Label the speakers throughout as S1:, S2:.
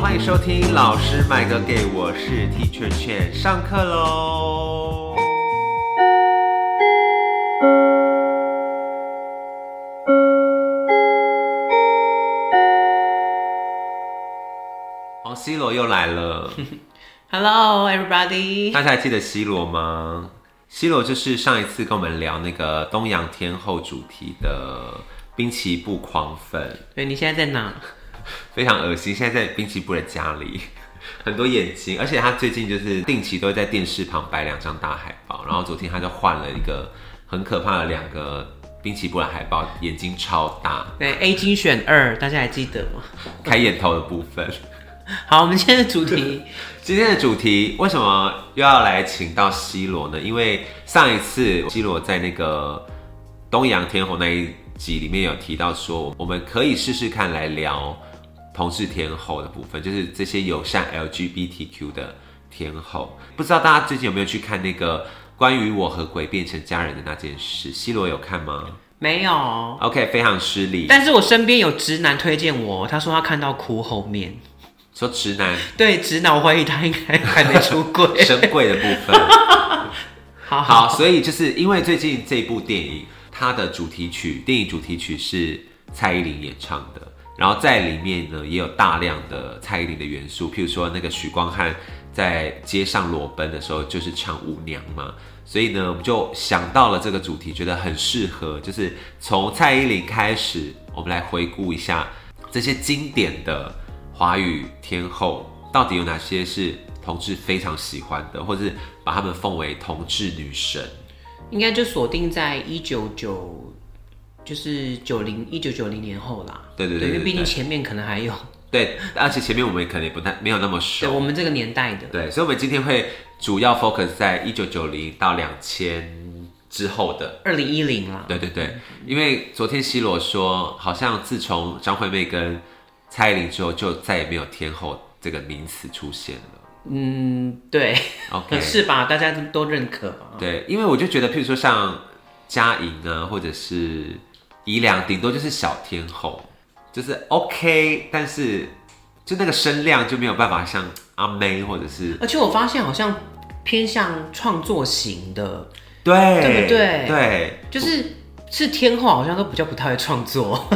S1: 欢迎收听老师麦个给，我是 Teacher Chen，上课喽。哦，C 罗又来了，
S2: Hello, everybody！
S1: 大家还记得 C 罗吗？C 罗就是上一次跟我们聊那个东洋天后主题的滨崎步狂粉。
S2: 对，你现在在哪？
S1: 非常恶心。现在在滨崎步的家里， 很多眼睛，而且他最近就是定期都会在电视旁摆两张大海报，然后昨天他就换了一个很可怕的两个滨崎步的海报，眼睛超大，
S2: 对，A 精选二，大家还记得吗？
S1: 开眼头的部分。
S2: 好，我们今天的主题
S1: 今天的主题为什么又要来请到 C 罗呢？因为上一次 C 罗在那个东洋天后那一集里面有提到说，我们可以试试看来聊同志天后的部分，就是这些友善 LGBTQ 的天后。不知道大家最近有没有去看那个关于我和鬼变成家人的那件事？C 罗有看吗
S2: 没有，
S1: ？OK，非常失礼。
S2: 但是我身边有直男推荐我，他说他看到哭后面。
S1: 说直男
S2: 对，直男我怀疑他应该还没出 柜。
S1: 神贵的部分。
S2: 好好，
S1: 好，所以就是因为最近这部电影，它的主题曲，电影主题曲是蔡依林演唱的，然后在里面呢也有大量的蔡依林的元素，譬如说那个许光汉在街上裸奔的时候就是唱《舞娘》嘛，所以呢我们就想到了这个主题，觉得很适合，就是从蔡依林开始，我们来回顾一下这些经典的华语天后到底有哪些是同志非常喜欢的，或是把他们奉为同志女神？
S2: 应该就锁定在一九九，就是九零一九九零年后啦。
S1: 对对对对
S2: 因为毕
S1: 对
S2: 竟前面可能还有
S1: 对， 而且前面我们可能也不太没有那么
S2: 对
S1: 熟，
S2: 我们这个年代的。
S1: 对，所以我们今天会主要 focus 在一九九零到两千之后的
S2: 二零一零啦，
S1: 对对对，因为昨天 C 罗说，好像自从张惠妹跟蔡依林之后，就再也没有天后这个名词出现了。
S2: 嗯，对，
S1: OK，
S2: 是吧？大家都认可吧？
S1: 对，因为我就觉得，譬如说像嘉莹啊，或者是怡良，顶多就是小天后，就是 OK，但是就那个声量就没有办法像阿妹或者是
S2: 而且我发现好像偏向创作型的，
S1: 对
S2: 对不对
S1: 对，
S2: 就是是天后好像都比较不太会创作，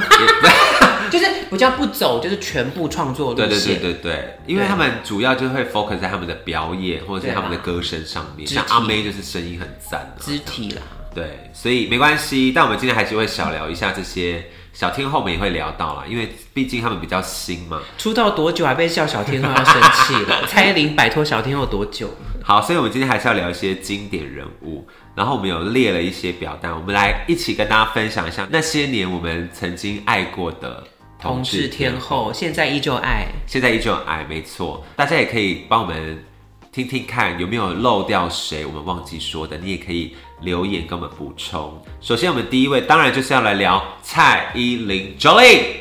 S2: 就是比较不走就是全部创作路
S1: 对
S2: 线
S1: 对对对对，因为他们主要就会 focus 在他们的表演或者是他们的歌声上面，
S2: 肢
S1: 像
S2: 体
S1: 阿妹就是声音很赞、啊，
S2: 肢体啦。
S1: 对，所以没关系，但我们今天还是会小聊一下这些小天后们也会聊到啦，因为毕竟他们比较新嘛。
S2: 出道多久还被叫小天后，要生气 了。蔡依林摆脱小天后多久？
S1: 好，所以我们今天还是要聊一些经典人物，然后我们有列了一些表单，我们来一起跟大家分享一下那些年我们曾经爱过的
S2: 同志天后现在依旧爱，
S1: 现在依旧有爱，没错。大家也可以帮我们听听看有没有漏掉谁我们忘记说的，你也可以留言跟我们补充。首先，我们第一位当然就是要来聊蔡依林 Jolie。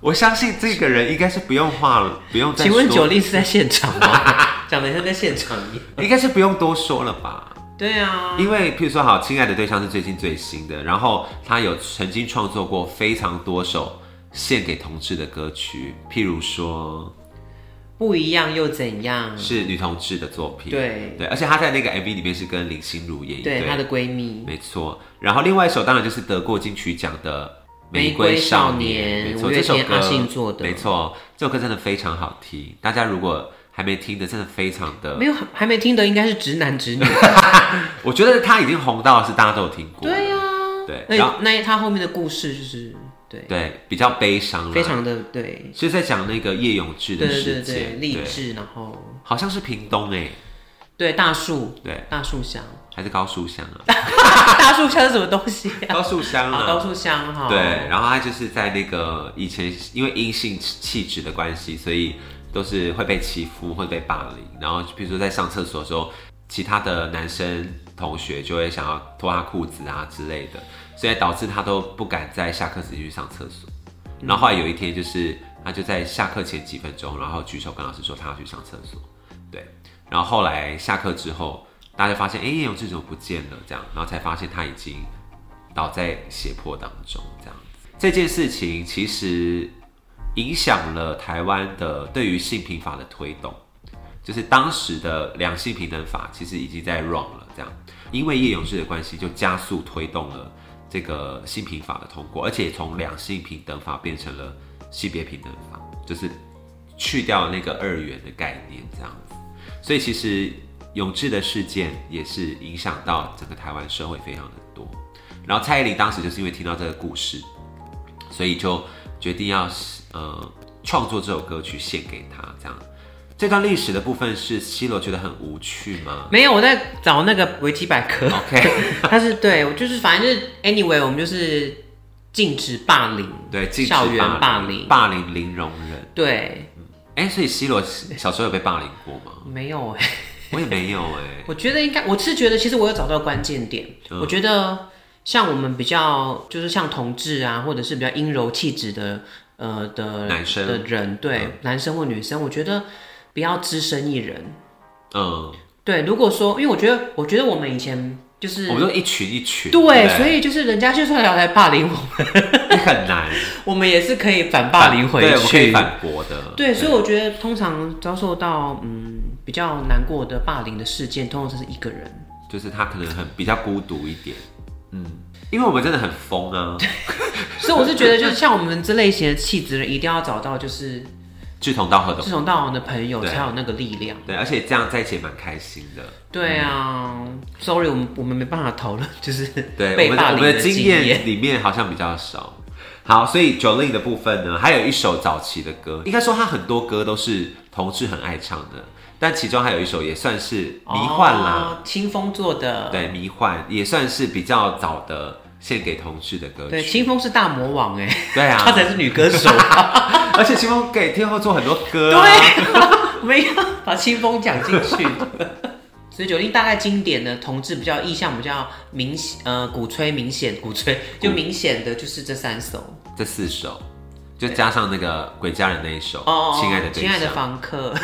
S1: 我相信这个人应该是不用话了，不用再
S2: 请问九
S1: 说，
S2: 令是在现场 吗？讲的像在现场一样。
S1: 应该是不用多说了吧？
S2: 对啊，
S1: 因为譬如说，好，亲爱的对象是最近最新的，然后他有曾经创作过非常多首献给同志的歌曲，譬如说
S2: 不一样又怎样？
S1: 是女同志的作品，
S2: 嗯对
S1: 对，而且她在那个 MV 里面是跟林心如演一
S2: 对，她的闺蜜。
S1: 没错。然后另外一首当然就是得过金曲奖的《
S2: 玫瑰少年
S1: 没
S2: 五
S1: 错，
S2: 月
S1: 这首
S2: 天
S1: 歌
S2: 阿信做的
S1: 没错，这首歌真的非常好听，大家如果还没听的，真的非常的
S2: 没，有还没听的应该是直男直女，
S1: 我觉得它已经红到是大家都有听过，
S2: 对呀、
S1: 对然后
S2: 那那他后面的故事就是对，
S1: 对，比较悲伤啦，
S2: 非常的对，
S1: 是在讲那个叶永志
S2: 对
S1: 的
S2: 对
S1: 事
S2: 对对，
S1: 件，
S2: 励志，然后
S1: 好像是屏东哎、
S2: 对大树，
S1: 对，
S2: 大树香，
S1: 还是高树香啊，
S2: 大树香是什么东西 啊？
S1: 高树香
S2: 好，
S1: 啊，
S2: 高树香哈，
S1: 对，然后他就是在那个以前因为阴性气质的关系，所以都是会被欺负，会被霸凌。然后比如说在上厕所的时候，其他的男生同学就会想要脱他裤子啊之类的，所以导致他都不敢在下课时间去上厕所。然后后来有一天，就是他就在下课前几分钟，然后举手跟老师说他要去上厕所。对，然后后来下课之后，大家就发现，哎，叶永志怎么不见了？这样，然后才发现他已经倒在胁迫当中，这样子。这件事情其实影响了台湾的对于性平法的推动。就是当时的两性平等法其实已经在 run 了，这样，因为叶永志的关系，就加速推动了这个性平法的通过，而且从两性平等法变成了性别平等法，就是去掉那个二元的概念，这样子。所以其实永志的事件也是影响到整个台湾社会非常的多。然后蔡依林当时就是因为听到这个故事，所以就决定要呃创作这首歌曲献给他，这样。这段历史的部分是西罗觉得很无趣吗？
S2: 没有，我在找那个维基百科。
S1: OK
S2: 它是对，我就是反正就是 anyway，我们就是禁止霸凌，
S1: 对，禁止
S2: 校园
S1: 霸
S2: 霸凌
S1: 霸凌零容忍。
S2: 对，
S1: 哎，所以西罗小时候有被霸凌过吗？
S2: 没有哎、
S1: 我也没有哎、
S2: 我觉得应该，我是觉得其实我有找到关键点，
S1: 嗯
S2: 我觉得像我们比较就是像同志啊，或者是比较阴柔气质的呃的
S1: 男生嗯
S2: 的人，对，男生或女生，我觉得不要只身一人。
S1: 嗯，
S2: 对，如果说，因为我觉得，我觉得我们以前就是
S1: 我们都一群一群，
S2: 对，所
S1: 以
S2: 以就是人家就算要来霸凌我们，
S1: 很难
S2: 我们也是可以反霸凌回去。
S1: 对，我们可以反驳的。
S2: 对，所以我觉得通常遭受到嗯比较难过的霸凌的事件，通常是一个人。
S1: 就是他可能很比较孤独一点，嗯，因为我们真的很疯啊，
S2: 所以我是觉得，就是像我们这类型的气质的人，一定要找到就是
S1: 志同道合的
S2: 志，同道合的朋友，
S1: 对嗯
S2: 才有那个力量。
S1: 对，而且这样在一起也蛮开心的。
S2: 对啊、s o r r y 我们我们没办法讨论，就是
S1: 对，
S2: 被
S1: 我们
S2: 霸
S1: 的我
S2: 凌
S1: 们的
S2: 经
S1: 经验里面好像比较少。好，所以 Jolin 的部分呢，还有一首早期的歌，应该说他很多歌都是同志很爱唱的，但其中还有一首也算是迷幻啦，
S2: 哦，清风做的，
S1: 对，迷幻也算是比较早的献给同志的歌
S2: 对，
S1: 曲。
S2: 清风是大魔王哎、
S1: 对 啊，
S2: 她才是女 歌手，
S1: 而且清风给天后做很多歌、啊，
S2: 对、啊，没有把清风讲进去。 所以九令大概经典的同志比较意向比较明显，呃，鼓吹明显鼓吹就明显的就是这三首
S1: 这四首，就加上那个鬼家人那一首
S2: 哦，
S1: 《亲爱的对
S2: 亲
S1: 象
S2: 爱的》，房客。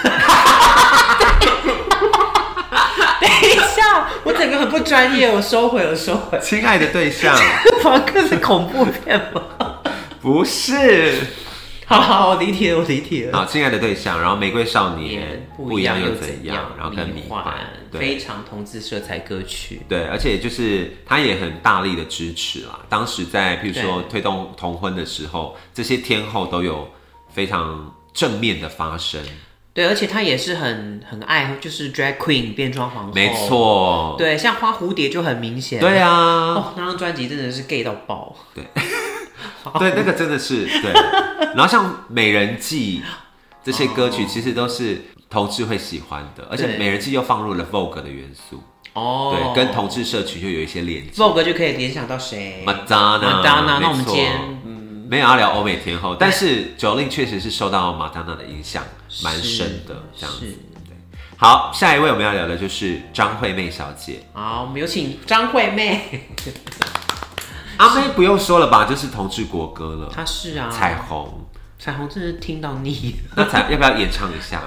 S2: 等一下，我整个很不专业，我收回，我 收回。
S1: 亲爱的对象
S2: 房客是恐怖片 吗？
S1: 不是。
S2: 好好，我理解了，我理解了。
S1: 好，亲爱的对象，然后玫瑰少年
S2: 也
S1: 不
S2: 不
S1: 一
S2: 一
S1: 样
S2: 样
S1: 又
S2: 又
S1: 怎
S2: 怎
S1: 样
S2: 样，，
S1: 然后跟迷
S2: 迷
S1: 幻，对
S2: 非常同志色彩歌曲。
S1: 对，而且就是他也很大力的支持啦。当时在譬如说推动同婚的时候，这些天后都有非常正面的发声，
S2: 对，而且他也是很很爱，就是 drag queen 变装皇后。
S1: 没。错，
S2: 对，像花蝴蝶就很明显。
S1: 对 啊，
S2: 哦，那张专辑真的是 gay 到爆。
S1: 对，那个真的是对。然后像《美人计》这些歌曲，其实都是同志会喜欢的，而且
S2: 哦对
S1: 《美人计》又放入了 Vogue 的元素，
S2: 哦
S1: 对，，跟同志社群就有一些连接。
S2: Vogue 就可以联想到谁
S1: Madonna，
S2: Madonna，
S1: 没
S2: 那我们
S1: 错
S2: 今天嗯
S1: 没有要聊欧美天后，但是 Jolin 确实是受到马丹娜的影响蛮深的，这样子。
S2: 是
S1: 好，下一位我们要聊的就是张惠妹小姐。
S2: 好，我们有请张惠妹，
S1: 阿妹不用说了吧，就是同志国歌了，
S2: 她是啊，
S1: 彩虹。
S2: 彩虹真的是听到腻，
S1: 那彩要不要演唱一 下？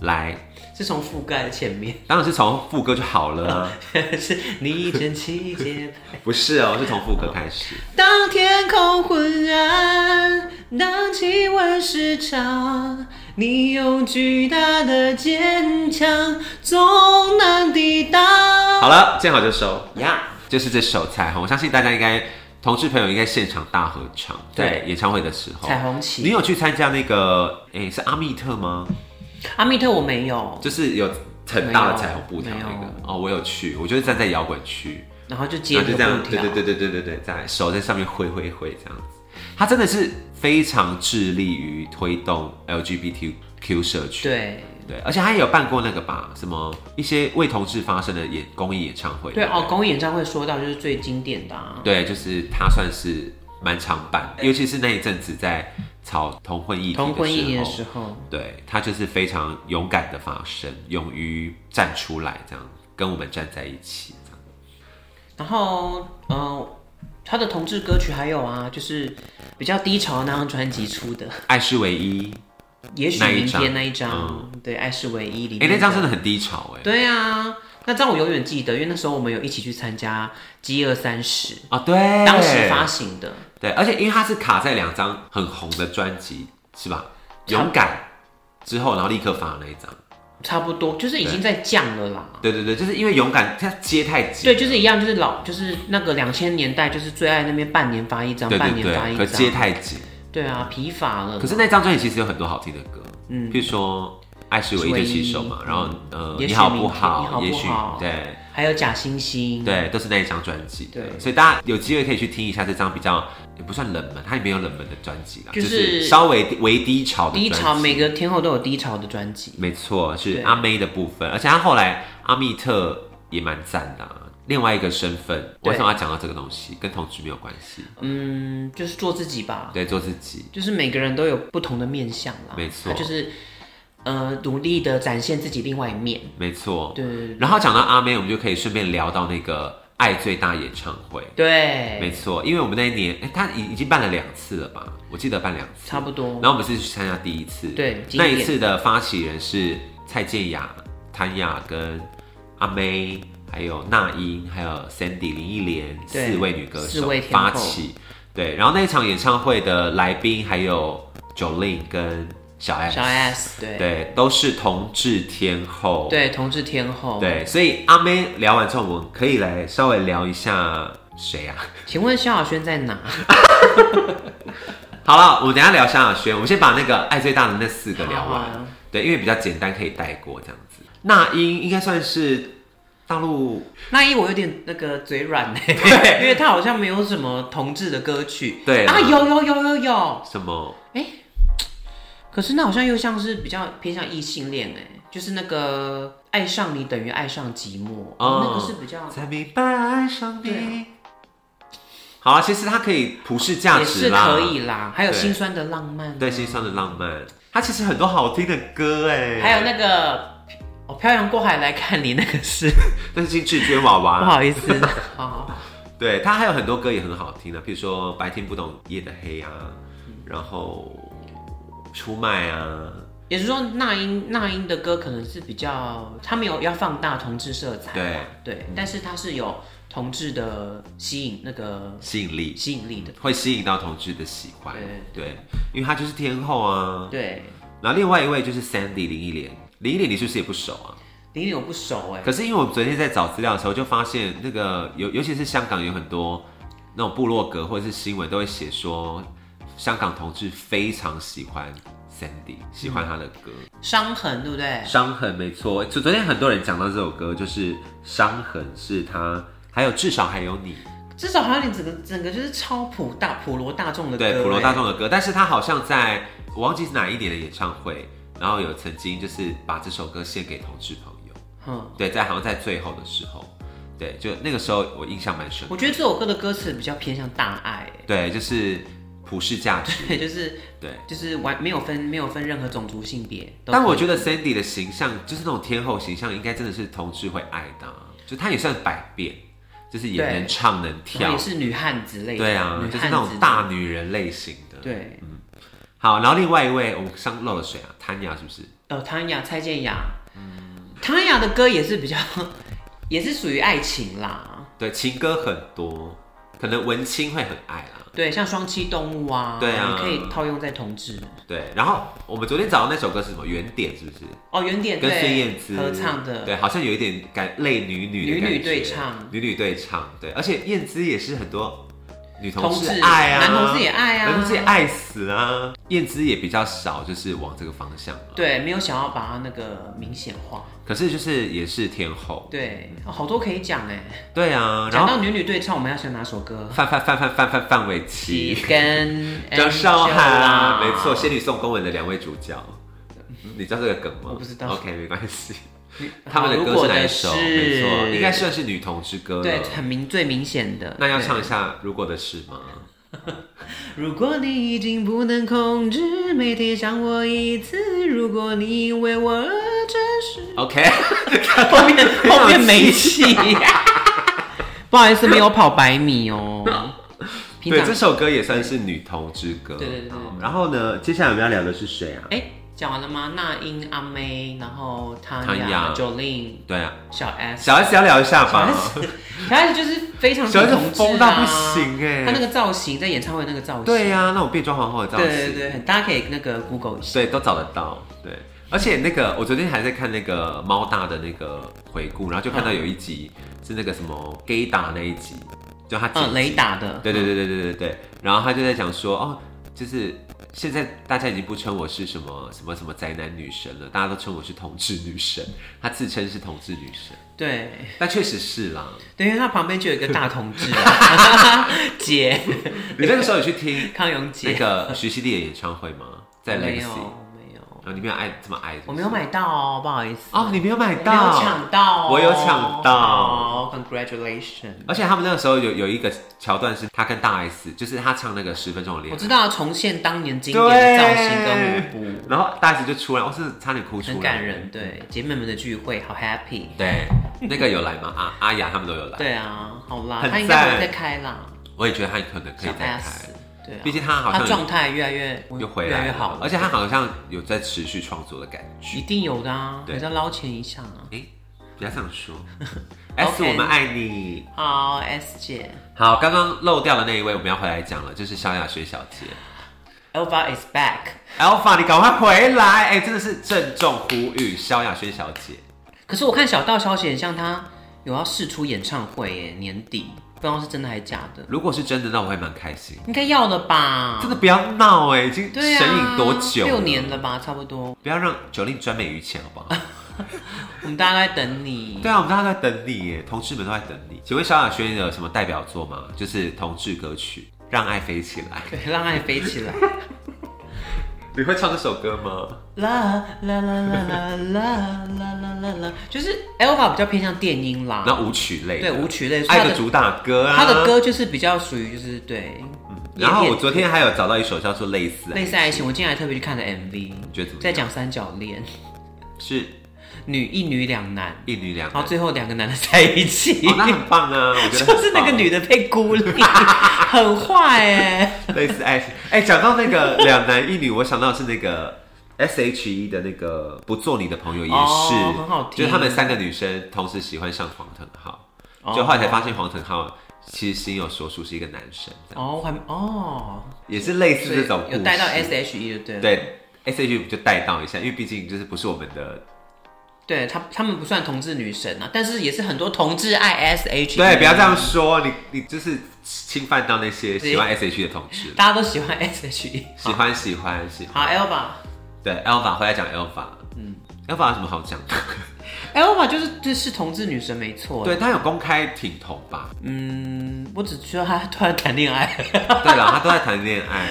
S1: 来，
S2: 是从覆盖的前面，
S1: 当然是从副歌就好了啊、
S2: 是你整期节
S1: 不是哦，是从副歌开 始。
S2: 当天空昏暗，当气温失常，你用巨大的坚强，总能抵
S1: 好
S2: 挡。
S1: 了，见好就收。
S2: 呀，
S1: 就是这首《彩虹》，我相信大家应该同志朋友应该现场大合唱，在
S2: 对
S1: 演唱会的时候。
S2: 彩虹
S1: 你
S2: 旗。
S1: 有去参加那个？诶、是阿密特吗？
S2: 阿密特我没有，
S1: 就是有很大的彩虹布条那
S2: 没
S1: 个哦，我有去，我就是站在摇滚区，
S2: 然后就接
S1: 然后
S2: 着
S1: 啊就这样，
S2: 布
S1: 对
S2: 条。
S1: 对对对对对对，在手在上面挥挥挥这样子。他真的是非常致力于推动 LGBTQ 社群，
S2: 对
S1: 对，而且他也有办过那个吧，什么一些为同志发声的演公益演唱会，
S2: 对
S1: 不
S2: 哦，公益演唱会说到就是最经典的啊。
S1: 对，就是他算是蛮常办，尤其是那一阵子在炒同婚议题
S2: 同婚一年
S1: 的
S2: 的
S1: 时
S2: 时
S1: 候，
S2: 候，
S1: 对他就是非常勇敢的发声，勇于站出来，这样跟我们站在一起。这样
S2: 然后呃，他的同志歌曲还有啊，就是比较低潮的那张专辑出的。
S1: 爱是唯一，
S2: 也许
S1: 那一
S2: 明天
S1: 张
S2: 那一张，对，《爱是唯一》里
S1: 哎、
S2: 面，
S1: 那张真的很低潮哎、
S2: 对啊，那张我永远记得，因为那时候我们有一起去参加《饥饿三十》，
S1: 啊，对，
S2: 当时发行的，
S1: 对，而且因为它是卡在两张很红的专辑是吧？
S2: 差
S1: 勇敢之后，然后立刻发那一张。
S2: 差不多就是已经在降了啦。
S1: 对对对，就是因为勇敢，它接太紧。
S2: 对，就是一样，就是老，就是那个两千年代，就是最爱那边半年发一张，
S1: 对
S2: 半
S1: 对
S2: 年发
S1: 对，
S2: 一
S1: 可接
S2: 张，
S1: 太紧。
S2: 对啊，疲乏了。
S1: 可是那张专辑其实有很多好听的歌，
S2: 嗯
S1: 譬如说《爱是唯一的起手》嘛，然后呃，
S2: 也许
S1: 你好不
S2: 明天你好
S1: 好？
S2: 不
S1: 也许
S2: 好
S1: 对
S2: 还有假惺惺，
S1: 对，都是那一张专辑的。
S2: 嗯对
S1: 所以大家有机会可以去听一下这张比较也不算冷门，它也没有冷门的专辑啦，
S2: 就
S1: 就是是稍微低微低潮的
S2: 低潮，
S1: 专辑
S2: 每个天后都有低潮的专辑。
S1: 没错，是
S2: 对
S1: 阿妹的部分，而且她后来阿密特也蛮赞的啊、另外一个身份，
S2: 对
S1: 为什么要讲到这个东西？跟同志没有关系，
S2: 嗯，就是做自己吧，
S1: 对，做自己，
S2: 就是每个人都有不同的面相啦。
S1: 没错
S2: 他就是呃努力的展现自己另外一面。
S1: 没错。
S2: 对对
S1: 然后讲到阿妹，我们就可以顺便聊到那个爱最大演唱会，没
S2: 对，
S1: 错，因为我们那一年，哎、她已已经办了两次了吧？我记得办两次，
S2: 差不多
S1: 然后我们是去参加第一次，
S2: 对经
S1: 那
S2: 典
S1: 一次的发起人是蔡健雅、谭雅跟阿妹，还有那英，还有 Sandy 林忆莲
S2: 对
S1: 四位女歌
S2: 四
S1: 手
S2: 位天后
S1: 发起。对，然后那一场演唱会的来宾还有 Jolin 跟小 S，,
S2: 小 S 对
S1: 对，都是同志天后。
S2: 对，同志天后。，
S1: 对，所以阿妹聊完之后，我们可以来稍微聊一下谁啊？
S2: 请问萧亚轩在哪？
S1: 好了，我们等一下聊萧亚轩，我们先把那个爱最大的那四个聊完。
S2: 好啊
S1: 对，因为比较简单，可以带过这样子。那英应该算是大陆
S2: 那一我有点那个嘴软呢、欸
S1: 对
S2: 因为他好像没有什么同志的歌曲。
S1: 对啦
S2: 啊，有有有有有，
S1: 什么？
S2: 可是那好像又像是比较偏向异性恋哎、就是那个爱上你等于爱上寂寞，
S1: 哦
S2: 那个是比较
S1: 才明白爱上
S2: 对啊
S1: 你。好啊，其实它可以普世价
S2: 也
S1: 值
S2: 是
S1: 啦，
S2: 可以啦。还有
S1: 对
S2: 心酸的浪漫啊、
S1: 对心上的浪漫。它其实很多好听的歌哎，
S2: 还有那个。我、漂洋过海来看你，那个是
S1: 那是金志娟娃
S2: 不
S1: 娃，
S2: 好意思，哦好好好
S1: 对它还有很多歌也很好听的，譬如说《白天不懂夜的黑》啊，
S2: 嗯
S1: 然后《出卖》啊，
S2: 也是说那英那英的歌可能是比较，他没有要放大同志色彩嘛，对但是他是有同志的吸引那个
S1: 吸引力
S2: 吸引力的，
S1: 会吸引到同志的喜欢，对，因为她就是天后啊。
S2: 对，
S1: 然后另外一位就是 Sandy 林忆莲，林忆莲你是不是也不熟啊？
S2: 玲玲我不熟哎、
S1: 可是因为我昨天在找资料的时候，就发现那个尤尤其是香港有很多那种部落格或者是新闻都会写说，香港同志非常喜欢 Sandy，喜欢他的歌。
S2: 伤痕对不对？
S1: 伤痕没错，就昨天很多人讲到这首歌，就是伤痕是他，还有至少还有你，
S2: 至少好像你整个整个就是超普大普罗大众的歌、
S1: 对普罗大
S2: 欸。
S1: 众的歌，但是他好像在我忘记是哪一年的演唱会，然后有曾经就是把这首歌献给同志朋友，
S2: 嗯，
S1: 对，在好像在最后的时候，对，就那个时候我印象蛮深刻的
S2: 我觉得这首歌的歌词比较偏向大爱、 欸，
S1: 对，就是普世价值。
S2: 对，就是
S1: 对，
S2: 就是完没有分没有分任何种族性别。都
S1: 但
S2: 可以
S1: 我觉得 Sandy 的形象，就是那种天后形象，应该真的是同志会爱的啊、就她也算百变，就是也
S2: 对
S1: 能唱能
S2: 然后
S1: 跳
S2: 也，是女汉子类的，
S1: 对啊，
S2: 女
S1: 就是
S2: 汉
S1: 那
S2: 子
S1: 种大嗯女人类型的。
S2: 的。，对，
S1: 好，然后另外一位，我们上漏了谁啊？谭雅是不是？
S2: 呃，唐雅、蔡健雅，
S1: 嗯
S2: 唐雅的歌也是比较， 也是属于爱情啦。
S1: 对，情歌很多，可能文青会很爱啦。
S2: 对，像双栖动物啊，
S1: 对啊
S2: 你可以套用在同志
S1: 对，然后我们昨天找到那首歌是什么？原点是不是？
S2: 哦，原点
S1: 跟
S2: 对
S1: 孙燕姿
S2: 合唱的，
S1: 对，好像有一点感类女女的
S2: 女女
S1: 感觉
S2: 对唱，
S1: 女女对唱，对，而且燕姿也是很多女同
S2: 同
S1: 志
S2: 志
S1: 爱啊，
S2: 男同志也爱啊，
S1: 男同志也爱死啊，燕姿也比较少，就是往这个方向嘛。
S2: 对，没有想要把它那个明显化，
S1: 可是就是也是天后，
S2: 对，哦好多可以讲哎。
S1: 对啊，嗯然
S2: 讲
S1: 后
S2: 到女女对唱，我们要选哪首 歌？
S1: 范范范范范范范玮琪、
S2: 跟
S1: 张韶涵啊，
S2: Angela
S1: 没错，《仙女送公文》的两位主角，你知道这个梗吗？
S2: 我不知道
S1: ，OK，没关系。他
S2: 好
S1: 们的
S2: 如
S1: 歌
S2: 果
S1: 是哪
S2: 的
S1: 一首？没
S2: 是
S1: 错，应该算是女同志歌了。
S2: 对，很明最明显的。
S1: 那要
S2: 对
S1: 唱一下《如果的事》吗？
S2: 如果你已经不能控制，每天想我一次；如果你因为我而真 实，
S1: OK，
S2: 后面后面没戏， 不好意思，没有跑百 米哦。 平
S1: 对，
S2: 常
S1: 这首歌也算是女同之歌。嗯
S2: 对对对对
S1: 好然后呢，接下来我们要聊的是谁啊？
S2: 哎，讲完了吗？那英、阿妹，然后汤
S1: Tanya
S2: 雅、Jolin、
S1: 对啊，
S2: 小 S，
S1: 小 S 要聊一下吧，
S2: 小 S 就是非常
S1: 小 S
S2: 同志
S1: 疯到不行哎、
S2: 他啊那个造型在演唱会那个造型，
S1: 对啊呀、那种变装皇后的造型，
S2: 对对对，大家可以那个 Google 一下。
S1: 对，都找得到。对，而且那个我昨天还在看那个猫大的那个回顾，然后就看到有一集是那个什么 gay 打那一集，就他
S2: 嗯，雷
S1: 打。
S2: 达的，
S1: 对对对对对对对，然后他就在讲说，哦，就是现在大家已经不称我是什么什么什么宅男女神了，大家都称我是同志女神，他自称是同志女神，
S2: 对，
S1: 但确实是啦。
S2: 对，因为他旁边就有一个大同 志啊，姐，
S1: 你那个时候有去听
S2: 康永
S1: 那
S2: 姐，
S1: 个徐熙娣的演唱会吗？在 Legacy，
S2: 没有
S1: 然
S2: 没有，
S1: 后你没有爱这么爱是不是
S2: 我没有买到哦，不好意思，
S1: 哦，你没有买
S2: 没有
S1: 到，
S2: 抢到哦，
S1: 我有抢到哎
S2: 哦，Congratulation！
S1: 而且他们那个时候有有一个桥段是他跟大 S，就是他唱那个十分钟的恋
S2: 我知
S1: 爱，
S2: 道重现当年经典的造型跟舞步，
S1: 然后大 S 就出来，我是差点哭出来，
S2: 很感人。。对，姐妹们的聚会，好 happy。
S1: 对，那个有来吗？啊，阿雅他们都有来。
S2: 对啊，好啦，
S1: 很
S2: 他应该
S1: 赞
S2: 会再开啦，
S1: 我也觉得他可能可以
S2: 小
S1: 再开
S2: S，。对啊，
S1: 毕竟他好
S2: 他
S1: 像
S2: 状态越来越
S1: 又回
S2: 越
S1: 来
S2: 来
S1: 了，
S2: 越好了，
S1: 而且他好像有在持续创作的感觉。
S2: 一定有的啊，
S1: 对
S2: 还是要捞钱一下啊。
S1: 不要这样 说，S 我们爱你。
S2: 好，S 姐
S1: 好，刚刚漏掉的那一位，我们要回来讲了，就是萧亚轩小姐。
S2: ，Elva is back。
S1: Alpha，你赶快回来！哎、真的是郑重呼吁萧亚轩小姐。
S2: 可是我看小道消息，很像她有要试出演唱会耶，年底不知道是真的还是假的，
S1: 如果是真的，那我会蛮开心。
S2: 应该要了吧？
S1: 真的不要闹哎、已经神
S2: 对啊，
S1: 隐多久、
S2: 六年。了吧，差不多。
S1: 不要让九令专美于前，好不好？
S2: 我们大家都在等你。
S1: 对啊，我们大家都在等你耶，同志们都在等你。请问萧亚轩有什么代表作吗？就是同志歌曲《让爱飞起 来》。
S2: 对，让爱飞起来！
S1: 你会唱这首歌吗？
S2: 啦啦啦啦啦啦啦啦啦啦，就是 Alpha 比较偏向电音啦，
S1: 那舞曲类的，
S2: 对舞曲类，所
S1: 爱
S2: 以他
S1: 的
S2: 的
S1: 主打歌啊。嗯
S2: 他的。歌就是比较属于就是对，
S1: 然后
S2: 夜
S1: 我
S2: 店
S1: 昨天还有找到一首叫做《类似爱
S2: 类似爱情，我今天还特别去看了 MV，
S1: 你觉得怎么样
S2: 在讲三角恋，
S1: 是
S2: 女一女两男，
S1: 一女两
S2: 然后
S1: 男，
S2: 最后两个男的在一起，
S1: 哦，那很啊棒啊！我觉得
S2: 就是那个女
S1: 的
S2: 的被孤立，很坏哎、
S1: 类似爱情。哎，讲到那个两男一女，我想到的是那个 S H E 的那个不做你的朋友也是
S2: 哦，很好听
S1: 就是他们三个女生同时喜欢上黄腾浩，
S2: 哦
S1: 就后来才发现黄腾浩其实心有所属是一个男生，这样
S2: 哦，我还哦，
S1: 也是类似这种
S2: 所以
S1: 故
S2: 有
S1: 事
S2: 带到 S H E 的对了
S1: 对 S H E 就带到一下，因为毕竟就是不是我们的
S2: 对，她她们不算同志女神啊，但是也是很多同志爱 S H E，
S1: 对，不要这样，说，你你就是侵犯到那些喜欢 S H E 的同志了，
S2: 大家都 喜欢 S H E。
S1: 喜欢喜欢喜欢。
S2: 好，Elva，Elva
S1: 对，Alpha 回来讲 Alpha，嗯，Alpha 有什么好讲的？
S2: 就是就是同志女神没错，
S1: 对，他有公开挺同吧？
S2: 嗯，我只知道她突然谈恋爱，
S1: 对了，他都在谈恋爱，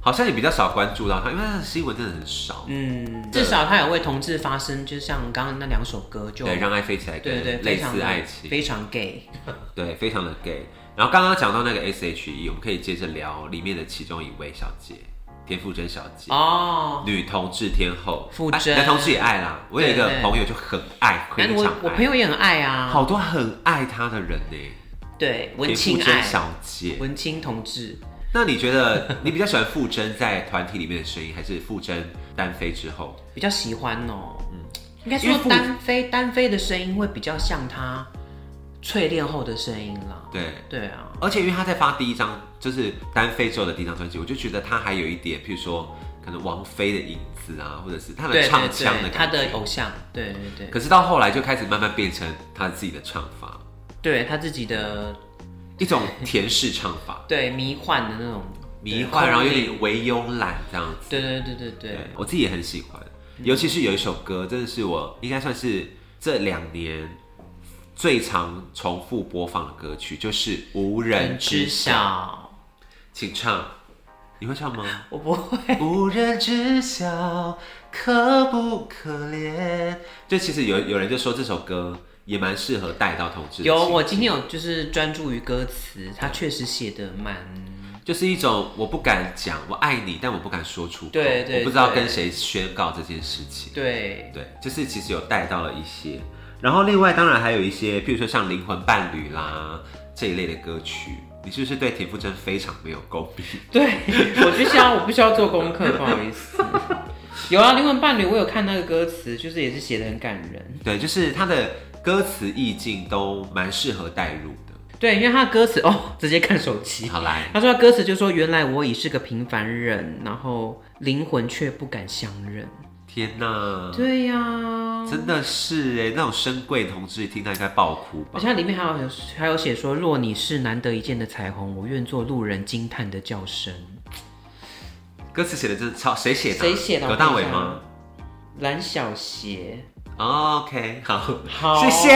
S1: 好像也比较少关注到他，因为他的新闻真的很少。
S2: 嗯，至少她有为同志发声，就像刚刚那两首歌就
S1: 对，让爱飞起来，
S2: 对对对，
S1: 类
S2: 非常
S1: 似
S2: 的
S1: 爱情，
S2: 非常 gay。
S1: 对，非常的 gay。然后刚刚讲到那个 S H E，我们可以接着聊里面的其中一位小姐，田馥甄小姐。
S2: 哦，
S1: 女同志天后，
S2: 馥
S1: 哎
S2: 甄
S1: 男同志也爱啦。我有一个
S2: 对对
S1: 朋友就很爱，非
S2: 但
S1: 常
S2: 我我朋
S1: 爱，
S2: 友也很爱啊，
S1: 好多很爱她的人呢。
S2: 对，文
S1: 田
S2: 青
S1: 馥甄
S2: 爱，
S1: 小姐，
S2: 文青同志，
S1: 那你觉得你比较喜欢傅征在团体里面的声音，还是傅征单飞之后？
S2: 比较喜欢哦。应该
S1: 嗯因
S2: 说
S1: 为不
S2: 单飞，单飞的声音会比较像他淬炼后的声音啦。
S1: 对，
S2: 对啊，
S1: 而且因为他在发第一张就是单飞之后的第一张专辑，我就觉得他还有一点，譬如说可能王菲的影子啊，或者是他的
S2: 对
S1: 唱
S2: 对
S1: 腔
S2: 对，
S1: 的
S2: 他
S1: 感觉。
S2: 的偶像，对对对，
S1: 可是到后来就开始慢慢变成他自己的唱法，
S2: 对他自己的
S1: 一种甜式唱法，
S2: 对迷幻的那种
S1: 迷幻，然后有，
S2: 对
S1: 点微慵懒这样子。
S2: 对对对对对
S1: 对，我自己也很喜欢，
S2: 嗯
S1: 尤其是有一首歌，真的是我应该算是这两年最常重复播放的歌曲，就是《无人
S2: 人
S1: 知
S2: 知
S1: 晓》，
S2: 晓，
S1: 请唱。你会唱吗？
S2: 我不 会。
S1: 无人知晓，可不可怜？就其实有有人就说这首歌也蛮适合带到同志的情，
S2: 有，我今天有就是专注于歌词，他确实写的蛮
S1: 就是一种我不敢讲我爱你，但我不敢说出口，
S2: 对对
S1: 我不知道
S2: 对
S1: 跟谁宣告这件事情。
S2: 对
S1: 对，就是其实有带到了一些，然后另外当然还有一些，譬如说像《灵魂伴侣》啦这一类的歌曲，你是不是对田馥甄非常没有共鸣？
S2: 对，我就想我不需要做功课，不好意思。 有啊，《灵魂伴侣》我有看那个歌词，就是也是写的很感人。
S1: 对，就是它的歌词意境都蛮适合代入的。
S2: 对，因为他的歌词哦，直接看手机。
S1: 好来，
S2: 他说他歌词就说：“原来我已是个平凡人，然后灵魂却不敢相认。
S1: 天哪，
S2: 对呀、
S1: 真的是哎，那种深贵同志听到应该爆哭吧
S2: 而且？它里面还有还有写说：“若你是难得一见的彩虹，我愿做路人惊叹的叫声。
S1: 歌词写的真的超，谁”写的？
S2: 谁写的？
S1: 葛大伟吗？？
S2: 蓝小邪，
S1: 哦 OK，好，
S2: 好
S1: 谢谢，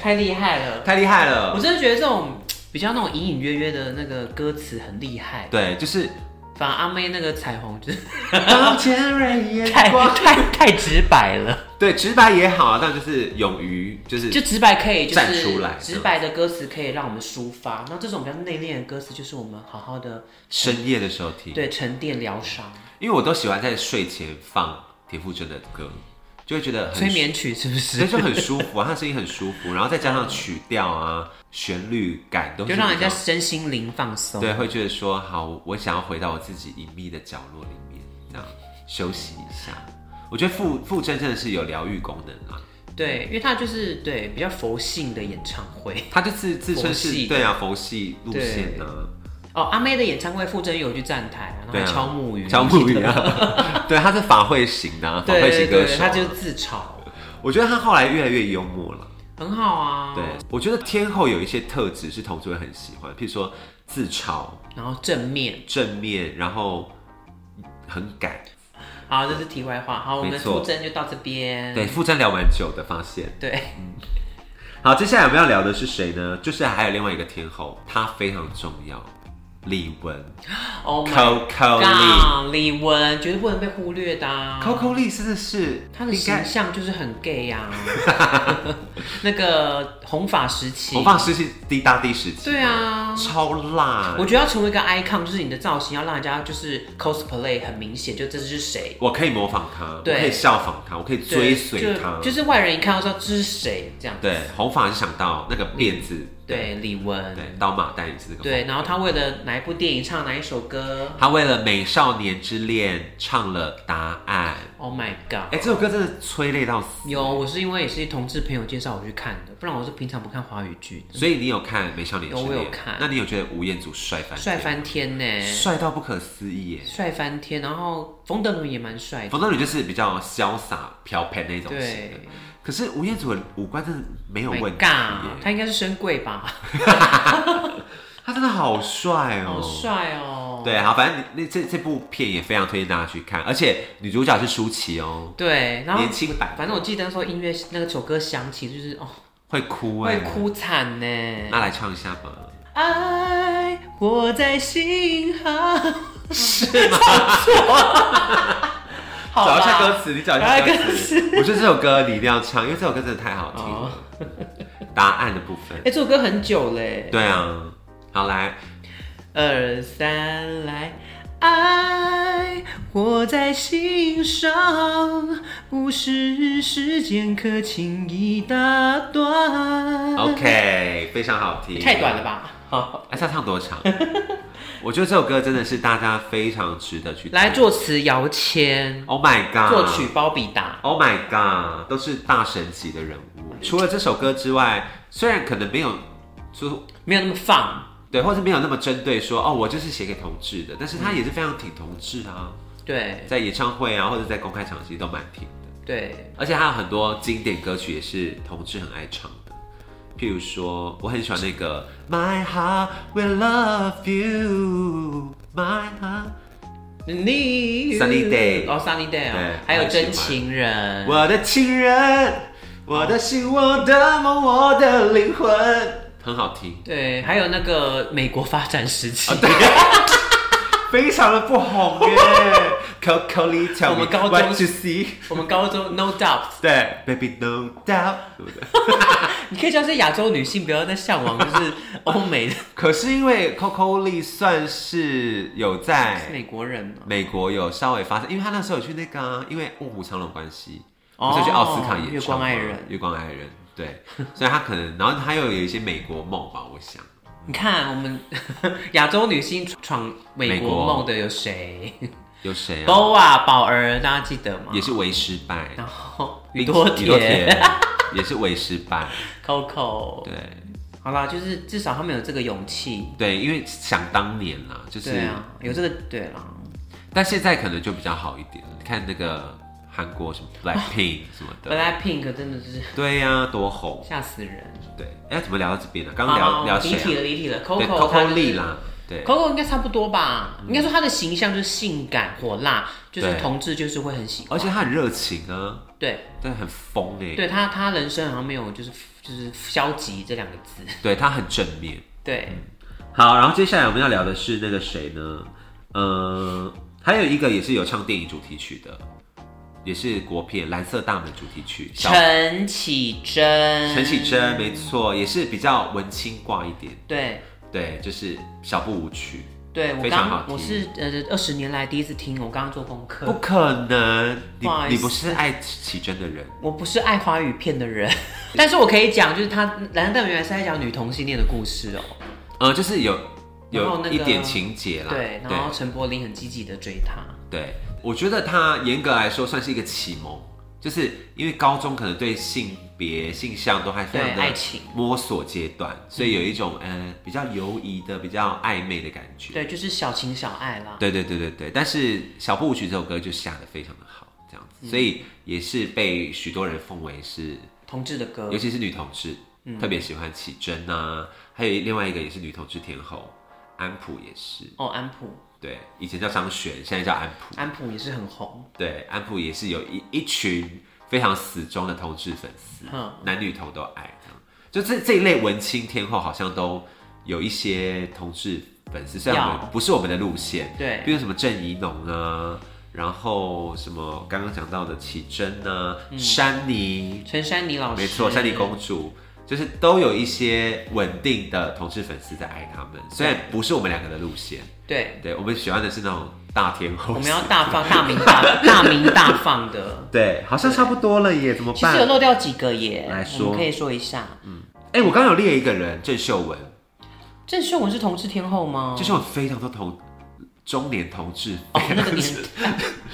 S2: 太厉害了！
S1: 太厉害
S2: 我
S1: 了。
S2: 真的觉得这种比较那种隐隐约约的那个歌词很厉害。
S1: 对，就是
S2: 反而阿妹那个彩虹就是
S1: 当前人
S2: 太
S1: 眼 光，
S2: 太太直白了，
S1: 对，直白也好啊，但就是勇于，就是
S2: 就直白可以就是
S1: 站出来
S2: 直白的歌词可以让我们抒发。那这种比较内敛的歌词，就是我们好好的
S1: 深夜的时候听。
S2: 对沉淀疗伤，
S1: 因为我都喜欢在睡前放田馥甄的歌，就会觉得很
S2: 催眠曲是不
S1: 所以
S2: 是？
S1: 就很舒服啊，他的声音很舒服，然后再加上曲调啊、旋律感都是
S2: 就让人家
S1: 比较
S2: 身心灵放松。
S1: 对，会觉得说好，我想要回到我自己隐秘的角落里面，这样休息一下。我觉得傅傅真真的是有疗愈功能啊，
S2: 对，因为他就是对比较佛性的演唱会
S1: 他就自自称
S2: 佛系
S1: 是对啊佛系路线啊，
S2: 哦。阿妹的演唱会，傅征有去站台，然后
S1: 对
S2: 还
S1: 啊
S2: 敲木鱼，
S1: 乔木鱼啊， 对，他是法会型的、啊，法
S2: 对
S1: 会
S2: 对
S1: 型歌
S2: 对，
S1: 手。
S2: 他就自嘲，
S1: 我觉得他后来越来越幽默了。
S2: 很好啊。
S1: 对，，我觉得天后有一些特质是同志会很喜欢，譬如说自嘲、
S2: 然后正面。
S1: 正面，然后很敢。
S2: 好，这是题外话。好，我们
S1: 没错
S2: 出征就到这边。
S1: 对，傅真聊蛮久的，发现。
S2: 对，
S1: 好，接下来我们要聊的是谁呢？就是还有另外一个天后，她非常重要，李玟
S2: 哦 my
S1: ，Coco Lee。
S2: god，李玟绝对不能被忽略的、啊。
S1: Coco Lee 真的是，
S2: 她的
S1: 应
S2: 形
S1: 该
S2: 象就是很 gay 啊，那个红发时期，
S1: 红发时期滴答滴时期，
S2: 对，啊。
S1: 超辣。
S2: 我
S1: 我
S2: 觉得要成为一个 icon，就是你的造型要让人家就是 cosplay 很明显，就这是谁，
S1: 我可以模仿她，我
S2: 对
S1: 可以效仿她，我可以追随
S2: 对
S1: 她。
S2: 就就是外人一看到知道这是谁这样。
S1: 对，红发就想到那个辫子，
S2: 对，李玟，
S1: 对，刀马旦也是那个。
S2: 对，然后她为了哪一部电影唱哪一首歌
S1: 他为了《美少年之恋》唱了《答案》
S2: ？Oh my god！
S1: 哎、这首歌真的催泪到死。
S2: 有，我是因为也是同志朋友介绍我去看的，不然我是平常不看华语剧的。
S1: 所以你有看《美少年之恋
S2: 有》？我有看
S1: 那你有觉得吴彦祖帅翻？
S2: 帅！翻天呢、
S1: 帅到不可思议耶！
S2: 帅翻天，然后冯德伦也蛮帅的，
S1: 冯德伦就是比较潇洒飘飘那种型的，
S2: 对，
S1: 可是吴彦祖的五官真的没有
S2: My
S1: 问题
S2: God，
S1: 耶，
S2: 他应该是深贵吧，
S1: 他真的好帅
S2: 好
S1: 哦、
S2: 帅哦，
S1: 对，好，反正你那这这部片也非常推荐大家去看，而且女主角是舒淇哦、
S2: 对，然后
S1: 年轻版，
S2: 反正我记得那时候音乐那个首歌响起，就是哦
S1: 会哭哎、
S2: 会哭惨呢，
S1: 那来唱一下吧。
S2: 爱我在心海，
S1: 是吗？
S2: 好
S1: 找一下
S2: 啦，
S1: 歌词，你找一下歌
S2: 找一下歌
S1: 词。我觉得这首歌你一定要唱，因为这首歌真的太好听 了。答案的部分
S2: 哎，，这首歌很久嘞，
S1: 对啊，好来，
S2: 二三来，爱我在心上，不是时间可轻易打断。
S1: ，OK，非常好听。
S2: 太短了？吧？好，
S1: 哎，这要唱多长？ 我觉得这首歌真的是大家非常值得去听
S2: 来。作词姚谦，
S1: Oh my god，
S2: 作曲包比达。
S1: Oh my god，都是大神级的人
S2: 嗯
S1: 物。除了这首歌之外，虽然可能没有，就是
S2: 没有那么放，
S1: 对，或是没有那么针对说哦，我就是写给同志的，但是他也是非常挺同志啊。
S2: 对
S1: 在演唱会啊，或者在公开场其实都蛮听的，
S2: 对，
S1: 而且还有很多经典歌曲也是同志很爱唱的，譬如说我很喜欢那个 My Heart Will Love You My Heart，
S2: 你
S1: Sunny Day
S2: 哦，Sunny Day
S1: 对
S2: 哦，还有
S1: 我很喜欢
S2: 真情人，
S1: 我的情人，我的心，我的梦，我的灵魂，很好听，
S2: 对，还有那个美国发展时期，
S1: 啊非常的不红 耶。Coco Lee tell
S2: 我
S1: me
S2: 们高中
S1: what you see，
S2: 我们高中 No Doubt。
S1: 对，Baby No Doubt，对不对？
S2: 你可以叫这些亚洲女性不要再向往就是欧 美的
S1: 可是因为 Coco Lee 算是有在
S2: 美国人、啊，
S1: 美国有稍微发生，因为他那时候有去那个、啊，因为卧虎藏龙关系，
S2: 哦
S1: 不是去奥斯卡演唱吗
S2: 月光爱人，
S1: 月光爱人，对， 所以他可能，然后他又有一些美国梦吧，我想，
S2: 你看我们亚洲女性闯美国梦的有谁？
S1: 有谁啊？
S2: ，Boa 宝儿，大家记得吗？
S1: 也是为失败，
S2: 然后哦宇多
S1: 宇多
S2: 田、
S1: 田 也是为失败，
S2: Coco，
S1: 对
S2: 好啦，就是至少他们有这个勇气，
S1: 对，因为想当年啦，就是，
S2: 对啊，有这个对啦。
S1: 但现在可能就比较好一点，你看那个韩国 什么 Blackpink 什么的，
S2: Blackpink 真的是
S1: 对呀、多红，
S2: 吓死人，
S1: 对，哎、怎么聊到这边呢、刚刚聊、
S2: 好
S1: 聊
S2: 离
S1: 谁、
S2: 题
S1: 啊？
S2: 了，离题了
S1: 对
S2: ，Coco 她
S1: ，Coco
S2: 就
S1: 丽
S2: 是
S1: 啦，对，
S2: Coco 应该差不多吧，应该说她的形象就是性感火辣，就是
S1: 对
S2: 同志就是会很喜
S1: 而
S2: 欢，
S1: 且她很热情啊，
S2: 对
S1: 对，很疯哎、
S2: 对，她她人生好像没有就是就是消极这两个字，
S1: 对，她很正面。
S2: 对，
S1: 嗯好，然后接下来我们要聊的是那个谁呢？呃，还有一个也是有唱电影主题曲的，也是国片《蓝色大门》主题曲，小
S2: 陈绮贞，
S1: 陈绮，贞，没错，也是比较文青挂一点，
S2: 对
S1: 对，就是小步舞曲，
S2: 对，我
S1: 非常好听
S2: 刚
S1: 哦
S2: 我是呃二十年来第一次听，我刚刚做功课，
S1: 不可能，你
S2: 呃不好意思
S1: 你不是爱绮贞的人，
S2: 我不是爱华语片的人， 但是我可以讲，就是他《蓝色大原来是在讲女同性恋的故事哦、
S1: 呃，就是有
S2: 然后
S1: 有
S2: 那个
S1: 一点情节啦，
S2: 对，然后陈柏霖很积极的追她。
S1: 对，我觉得它严格来说算是一个启蒙，就是因为高中可能对性别、性向都还非常
S2: 对爱
S1: 的
S2: 情
S1: 摸索阶段，所以有一种嗯、呃比较犹疑的、比较暧昧的感觉。
S2: 对，就是小情小爱啦。
S1: 对对对对对，但是《小步舞曲》这首歌就下的非常的好，这样
S2: 嗯
S1: 子，所以也是被许多人奉为是，
S2: 同志的歌
S1: 尤，其是女同志、
S2: 嗯
S1: 特别喜欢启真啊，还有另外一个也是女同志天后安普也是，
S2: 哦，安普，
S1: 对，以前叫张悬，现在叫安普。
S2: 安普也是很红。
S1: 对，安普也是有一一群非常死忠的同志粉丝，
S2: 哼，
S1: 男女同都爱这样。就这这一类文青天后好像都有一些同志粉丝，虽然我
S2: 要
S1: 们不是我们的路线，比
S2: 对，
S1: 如什么郑怡农啊，然后什么刚刚讲到的绮贞啊、
S2: 嗯
S1: 珊妮，
S2: 陈珊妮老师，
S1: 没错，珊妮公主。就是都有一些稳定的同志粉丝在爱他们，虽然不是我们两个的路线，
S2: 对，
S1: 对我们喜欢的是那种大天后
S2: 我
S1: 型，
S2: 们要大放大名大 大名大放的。
S1: 对，好像差不多了耶，怎么
S2: 其实有
S1: 办？
S2: 漏掉几个耶，
S1: 来
S2: 我
S1: 说
S2: 们可以说一下。
S1: 哎、我刚刚有列一个人，郑秀文，
S2: 郑秀文是同志天后吗？
S1: 郑秀文非常多同中年同志，
S2: 哦，那个年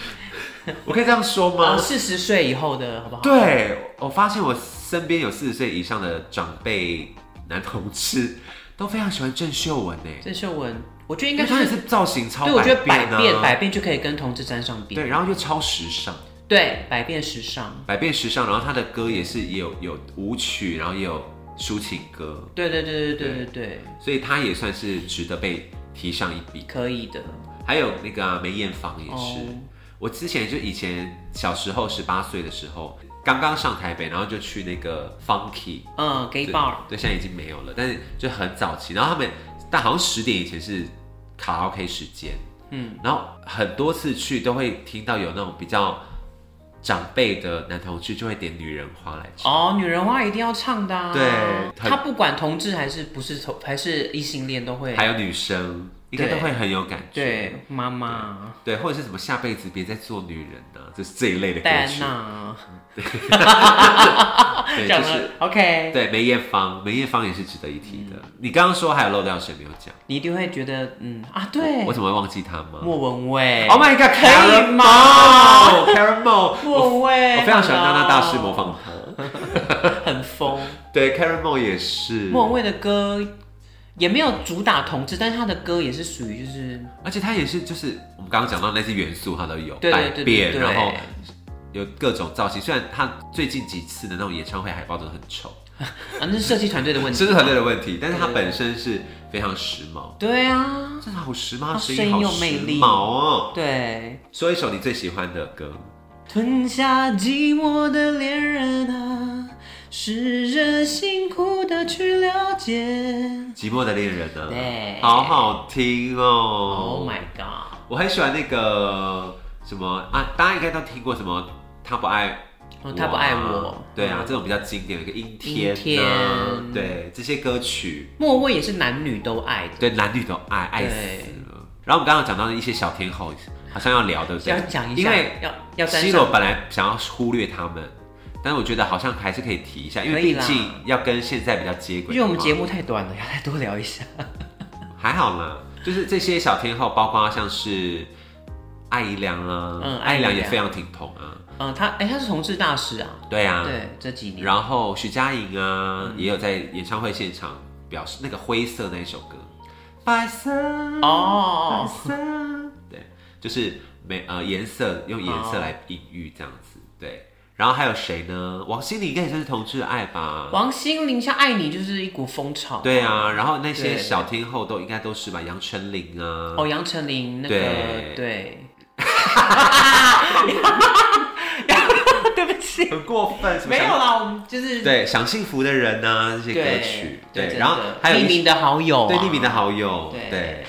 S1: 我可以这样说
S2: 啊，
S1: 吗？
S2: 四十岁以后的好不好？
S1: 对，我发现我身边有四十岁以上的长辈男同志都非常喜欢郑秀文诶，
S2: 郑秀文，我觉得
S1: 因
S2: 应该
S1: 为
S2: 就
S1: 她也
S2: 是，
S1: 是造型超
S2: 对，我觉得
S1: 变
S2: 百变，
S1: 啊，
S2: 百变就可以跟同志沾上边。
S1: 对，然后又超时尚，
S2: 对，百变时尚。
S1: 百变时尚，然后她的歌也是也有有舞曲，然后也有抒情歌，
S2: 对对对对对对对，
S1: 所以她也算是值得被提上一笔。
S2: 可以的。
S1: 还有那个、啊、梅艳芳也是。
S2: 哦，
S1: 我之前就以前小时候十八岁的时候，刚刚上台北，然后就去那个 Funky
S2: 嗯，gay bar，
S1: 对，现在已经没有了，但是就很早期。然后他们，但好像十点以前是卡拉 OK 时间，
S2: 嗯，
S1: 然后很多次去都会听到有那种比较长辈的男同志就会点《女人花》来唱。
S2: 哦，女人花一定要唱的、啊。
S1: 对
S2: 他不管同志还是不是同，还是异性恋都会。
S1: 还有女生应该
S2: 对
S1: 都会很有感觉，
S2: 对，妈妈，
S1: 对或者是什么下辈子别再做女人呐、就是这一类的歌
S2: 戴安
S1: 曲，
S2: 娜，
S1: 对，
S2: 讲
S1: 就
S2: 了、
S1: 是
S2: OK，
S1: 对梅艳芳，梅艳芳也是值得一提的。
S2: 嗯
S1: 你刚刚说还有漏掉谁没有讲？
S2: 你一定会觉得，嗯啊，对
S1: 我，怎么会忘记她吗
S2: 莫文蔚
S1: ？Oh my god，
S2: 可以
S1: Caramel，Caramel，
S2: 莫
S1: 我
S2: 文蔚，
S1: 我非常喜欢
S2: 哈
S1: 娜
S2: 喽
S1: 娜大师模，仿她。
S2: 很疯。
S1: 对，Caramel 也是，
S2: 莫文蔚的歌也没有主打同志，但是他的歌也是属于就是，
S1: 而且她也是就是我们刚刚讲到那些元素，她都有
S2: 对
S1: 百
S2: 对对对
S1: 变，
S2: 对，
S1: 然后有各种造型。虽然她最近几次的那种演唱会海报都很丑，
S2: 啊，那是设计团队的问题。
S1: 这是团队的问题，但是她
S2: 对对对
S1: 本身是非常时髦，
S2: 对啊，
S1: 真的好时髦，
S2: 她
S1: 声
S2: 声
S1: 音
S2: 音
S1: 好
S2: 有魅
S1: 时
S2: 力
S1: 髦哦。
S2: 对，
S1: 说一首你最喜欢的歌。
S2: 吞下寂寞的恋人啊，试着辛苦的去了解。
S1: 寂寞的恋人呢？
S2: 对
S1: 好好听
S2: Oh
S1: 哦。
S2: my god！
S1: 我很喜欢那个什么啊，大家应该都听过什么？他不爱我
S2: 哦
S1: 啊，
S2: 他不爱我。
S1: 对啊，这种比较经典的，一个阴天、啊，
S2: 阴天
S1: 对这些歌曲，
S2: 莫文蔚也是男女都爱的。
S1: 对男女都爱，爱死了。然后我们刚刚讲到的一些小天后，好像要聊，对不对？
S2: 要讲一
S1: 因
S2: 下，
S1: 为
S2: 要要沾
S1: 西
S2: 上
S1: 罗本来想要忽略他们，但是我觉得好像还是可以提一下，因为
S2: 可以
S1: 毕
S2: 啦
S1: 竟要跟现在比较接轨的话。
S2: 因为我们节目太短了，要再多聊一下。
S1: 还好啦，就是这些小天后，包括像是艾怡良啊，
S2: 嗯
S1: 艾怡良
S2: 艾怡
S1: 也
S2: 良
S1: 非常挺同啊，
S2: 嗯，他哎、他是同志大使啊，
S1: 对啊，
S2: 对，嗯这几年，
S1: 然后徐佳莹啊，也有在演唱会现场表示那个灰色那一首歌，白色
S2: 哦
S1: 白色，对，就是每呃颜色用颜色来隐喻这样子，对。然后还有谁呢？王心凌应该也算是同志爱吧？
S2: 王心凌像《爱你》就是一股风潮，
S1: 对啊，然后那些
S2: 对
S1: 小天后都应该都是吧，杨丞琳啊，
S2: 哦，杨丞琳那个
S1: 对
S2: 对， 对不起，
S1: 很过分，什么
S2: 没有
S1: 想
S2: 啦，我们就 是
S1: 对想幸福的人呐、这些歌曲，
S2: 对，真
S1: 对，
S2: 的
S1: 然后还有一些
S2: 匿名的好友啊，
S1: 对匿名 的好友，
S2: 对
S1: 对，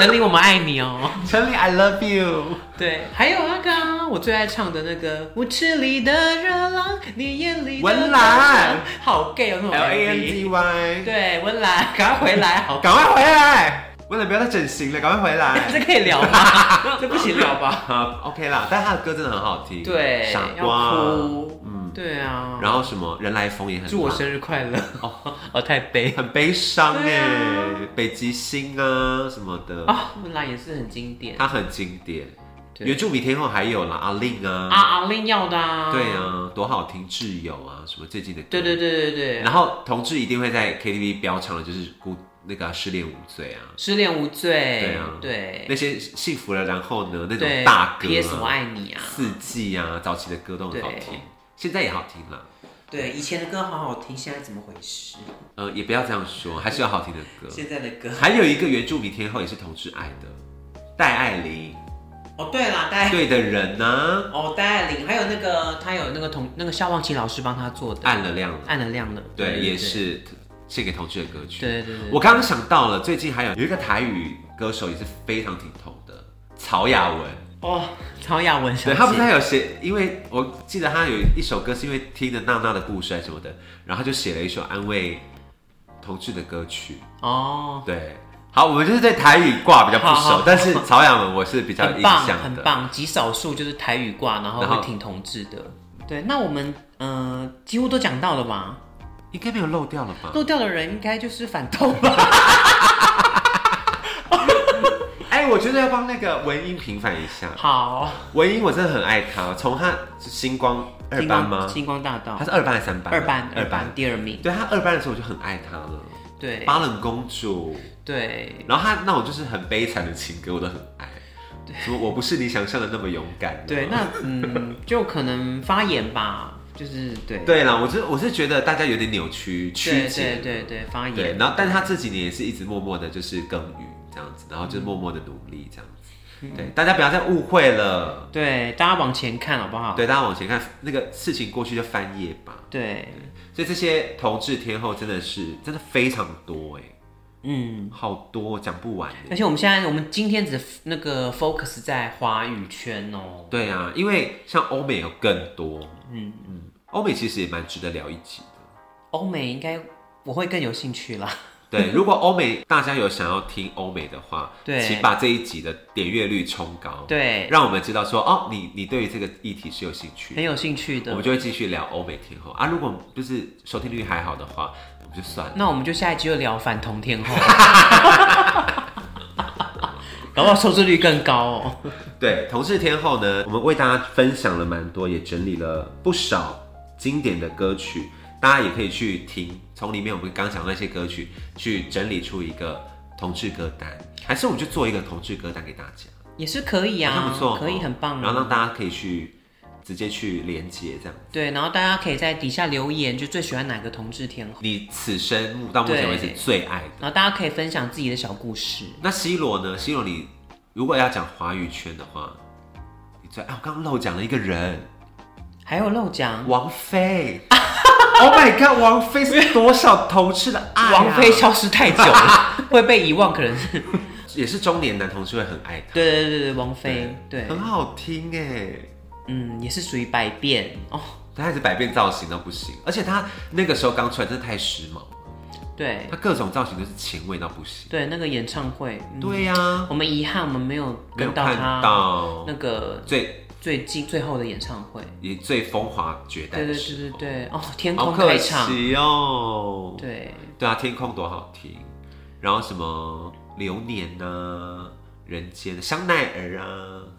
S2: 陈琳，我们爱你哦。
S1: 陈琳 I love you。
S2: 对，还有那个啊我最爱唱的那个舞池里的热浪，你眼里的
S1: 文
S2: 光
S1: 兰
S2: 芒，好 gay 哦那种
S1: L A N
S2: MV
S1: G Y，
S2: 对，温岚，赶快回来，好，
S1: 赶快回来！为了不要再整形了，赶快回来。
S2: 这 可以聊吗？ 这不行聊吧？
S1: 好，OK 啦，但他的歌真的很好听，
S2: 对，
S1: 傻
S2: 要
S1: 瓜，
S2: 哭，
S1: 嗯，
S2: 对啊，
S1: 然后什么人来疯也很好，
S2: 祝我生日快乐，哦，哦，太悲
S1: 很悲伤
S2: 对
S1: 哎
S2: 啊，
S1: 北极星啊什么的，
S2: 啊，温岚也是很经典，
S1: 他很经典。
S2: 对
S1: 原住民天后还有啦，阿令
S2: 啊，
S1: 啊，
S2: 阿令要的啊，
S1: 对，啊，多好听，挚友啊，什么最近的歌，
S2: 对对对对对，
S1: 然后同志一定会在 KTV 标唱的就是孤那个啊失恋无罪啊，
S2: 失恋无罪，
S1: 对啊
S2: 对
S1: 那些幸福了，然后呢那种
S2: 对
S1: 大歌、啊、
S2: ，PS 我爱你啊，
S1: 四季啊，早期的歌都很好听
S2: 对，
S1: 现在也好听啦。
S2: 对，以前的歌好好听，现在怎么回事？
S1: 呃，也不要这样说，还是有好听的歌。
S2: 现在的歌，
S1: 还有一个原住民天后也是同志爱的，戴爱玲，
S2: 哦，对啦，戴。
S1: 对的人啊呢、
S2: 哦，戴爱玲，还有那个，他有那个同那个肖望琪老师帮他做的，
S1: 暗了亮了，
S2: 暗了亮了，
S1: 啊对，也，是献给同志的歌曲。
S2: 对对对对，
S1: 我刚刚想到了，最近还有有一个台语歌手也是非常挺同的，曹雅文。
S2: 哦，曹雅文小
S1: 对
S2: 姐，
S1: 他不是还有写，因为我记得他有一首歌是因为听了娜娜的故事还是什么的，然后他就写了一首安慰同志的歌曲。
S2: 哦，
S1: 对，好，我们就是对台语挂比较不熟，
S2: 好好
S1: 但是曹雅文我是比较有
S2: 很
S1: 印
S2: 棒，
S1: 象
S2: 很
S1: 的。
S2: 棒，极少数就是台语挂，然后
S1: 然后
S2: 会挺同志的。对，那我们嗯、呃几乎都讲到了嘛，
S1: 应该没有漏掉了吧？
S2: 漏掉的人应该就是反动 吧？
S1: 哎、我觉得要帮那个文英平反一下。
S2: 好，
S1: 文英我真的很爱他，从他星光二
S2: 星
S1: 班
S2: 光
S1: 吗？
S2: 星光大道
S1: 他是二班还是三班啊？
S2: 二班，
S1: 二
S2: 二班。第二名，
S1: 对他二班的时候我就很爱他了，
S2: 对
S1: 巴冷公主，
S2: 对
S1: 然后他那种就是很悲惨的情歌我都很爱，什么我不是你想象的那么勇敢。
S2: 对，那嗯，就可能发言吧，就是对
S1: 对啦，我是我是觉得大家有点扭曲曲
S2: 对
S1: 解
S2: 对对对嗯发
S1: 对，
S2: 言，
S1: 然后但是他这几年也是一直默默的，就是耕耘这样子，然后就是默默的努力这样
S2: 嗯
S1: 子。对，大家不要再误会了。
S2: 对大家往前看好不好？
S1: 对，大家往前看，那个事情过去就翻页吧。
S2: 对，
S1: 所以这些同志天后真的是真的非常多哎，
S2: 嗯。
S1: 好多讲不完哎。
S2: 而且我们现在，我们今天只 f- 那个 focus 在华语圈哦。
S1: 对啊，因为像欧美有更多，嗯嗯，欧美其实也蛮值得聊一集的。
S2: 欧美应该我会更有兴 趣啦。
S1: 对，如果欧美大家有想要听欧美的话，
S2: 对
S1: 请把这一集的点阅率冲高，，
S2: 对，
S1: 让我们知道说哦，你你对于这个议题是有兴趣的
S2: 很有兴趣
S1: 我们
S2: 的。
S1: 就会继续聊欧美天后啊。如果就是收听率还好的话，我们就算了。
S2: 那我们就下一集就聊反同天后，搞不好收视率更高哦。
S1: 对，同志天后呢，我们为大家分享了蛮多，也整理了不少经典的歌曲，大家也可以去听，从里面我们刚讲的那些歌曲去整理出一个同志歌单，还是我们就做一个同志歌单给大家，
S2: 也是可以
S1: 好像
S2: 啊，
S1: 不错哦，
S2: 可以很棒
S1: 然后让
S2: 啊。
S1: 大家可以去直接去连接这样。
S2: 对，然后大家可以在底下留言，就最喜欢哪个同志天后，
S1: 你此生目到目前为止
S2: 对
S1: 最爱的。
S2: 然后大家可以分享自己的小故事。
S1: 那 C 罗呢？C 罗，你如果要讲华语圈的话，你最啊，我刚刚漏讲了一个人，
S2: 嗯还有漏讲，
S1: 王菲。oh my god，王菲是多少同志的爱、啊？
S2: 王菲消失太久 了，会被遗忘，可能是。
S1: 也是中年男同志会很爱她，
S2: 对对对对，王菲，对，
S1: 很好听哎。
S2: 嗯，也是属于百变哦。
S1: 她还是百变造型都不行，而且她那个时候刚出来真的太时髦了，
S2: 对
S1: 她各种造型都是前卫到不行。
S2: 对，那个演唱会，嗯
S1: 对呀、
S2: 我们遗憾我们没有
S1: 没有
S2: 跟到
S1: 看
S2: 他
S1: 到
S2: 那个
S1: 最
S2: 最近最后的演唱会。
S1: 也最风华绝代
S2: 对
S1: 的
S2: 对
S1: 时
S2: 对对
S1: 候，
S2: 对，哦，天
S1: 好
S2: 空
S1: 可
S2: 开场，
S1: 惜哦。
S2: 对
S1: 对啊，天空多好听，然后什么流年呐、人间》、香奈儿啊，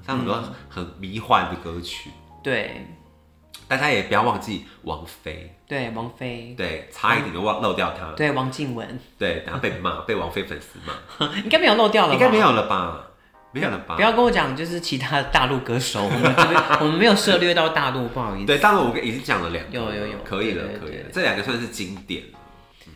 S1: 像很
S2: 嗯
S1: 多很迷幻的歌曲。
S2: 对
S1: 大家也不要忘记王菲，
S2: 对，王菲，
S1: 对，差一点就忘漏掉她，
S2: 对王静雯，
S1: 对，然后被骂，被王菲粉丝骂，
S2: 应该没有漏掉了，
S1: 应该没。有了吧？没有了吧
S2: 不？要跟我讲，就是其他的大陆歌手，我们这边我们没有涉猎到大陆，不好意思。
S1: 对，当然我已经讲了两个了，
S2: 有有有
S1: 可以了
S2: 对，对
S1: 可以了，
S2: 对
S1: 这两个算是经典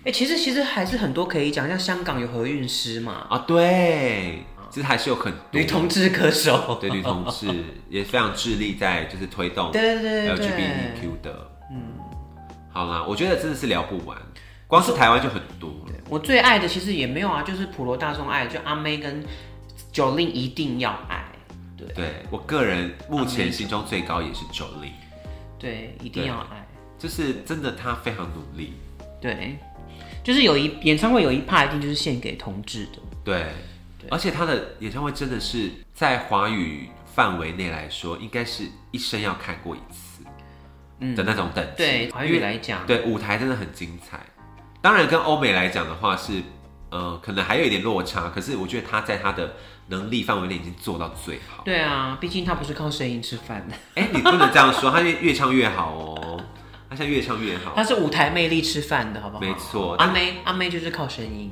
S2: 哎、其实其实还是很多可以讲，像香港有何韵诗嘛，
S1: 啊。对，其实还是有很多
S2: 啊女同志歌手，
S1: 对女同志也非常致力在就是推动
S2: 对对对对对
S1: LGBTQ 的，嗯，好啦，我觉得真的是聊不完，光是台湾就很多了。
S2: 我最爱的其实也没有啊，就是普罗大众爱，就阿妹跟九令一定要爱，对
S1: 对我个人目前心中最高也是 Jolin，
S2: 嗯对，一定要爱，
S1: 就是真的她非常努力，
S2: 对，就是有一演唱会有一趴一定就是献给同志的，
S1: 对，而且她的演唱会真的是在华语范围内来说，应该是一生要看过一次的那种等级。
S2: 嗯对，华
S1: 因
S2: 语
S1: 为
S2: 来讲，
S1: 对，舞台真的很精彩。当然，跟欧美来讲的话是，呃，可能还有一点落差。可是我觉得他在他的能力范围内已经做到最好。
S2: 对啊，毕竟他不是靠声音吃饭的，
S1: 哎、你不能这样说，他越越唱越好哦，他现在越唱越好
S2: 他。是舞台魅力吃饭的，好不好？
S1: 没错
S2: 阿妹阿妹就是靠声音，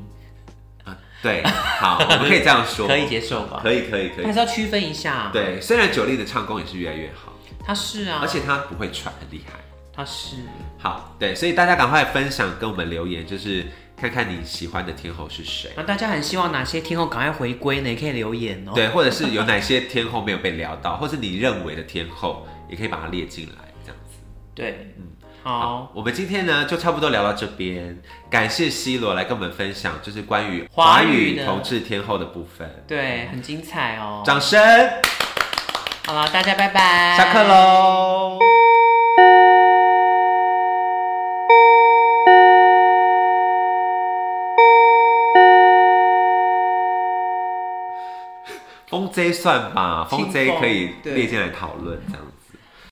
S1: 对，好，我们可以这样说，
S2: 可以接受吧？
S1: 可以，可以，可
S2: 还
S1: 以。
S2: 是要区分一下，，
S1: 对，虽然九力的唱功也是越来越好，
S2: 他是啊，
S1: 而且他不会喘，很厉害。
S2: 他是
S1: 好，对，所以大家赶快分享，跟我们留言，就是看看你喜欢的天后是谁。
S2: 那大家很希望哪些天后赶快回归呢？也可以留言哦。
S1: 对，或者是有哪些天后没有被聊到，或是你认为的天后，也可以把它列进来，这样子。
S2: 对，
S1: 嗯
S2: 好，
S1: 我们今天呢就差不多聊到这边，感谢 C 罗来跟我们分享，就是关于
S2: 华
S1: 华
S2: 语
S1: 语
S2: 的
S1: 同志天后的部分。
S2: 对，很精彩哦。
S1: 掌声，
S2: 好了，大家拜拜，
S1: 下课。喽。风 J 算吧，风
S2: 清
S1: J 可
S2: 风
S1: 以
S2: 对
S1: 列进来讨论这样子。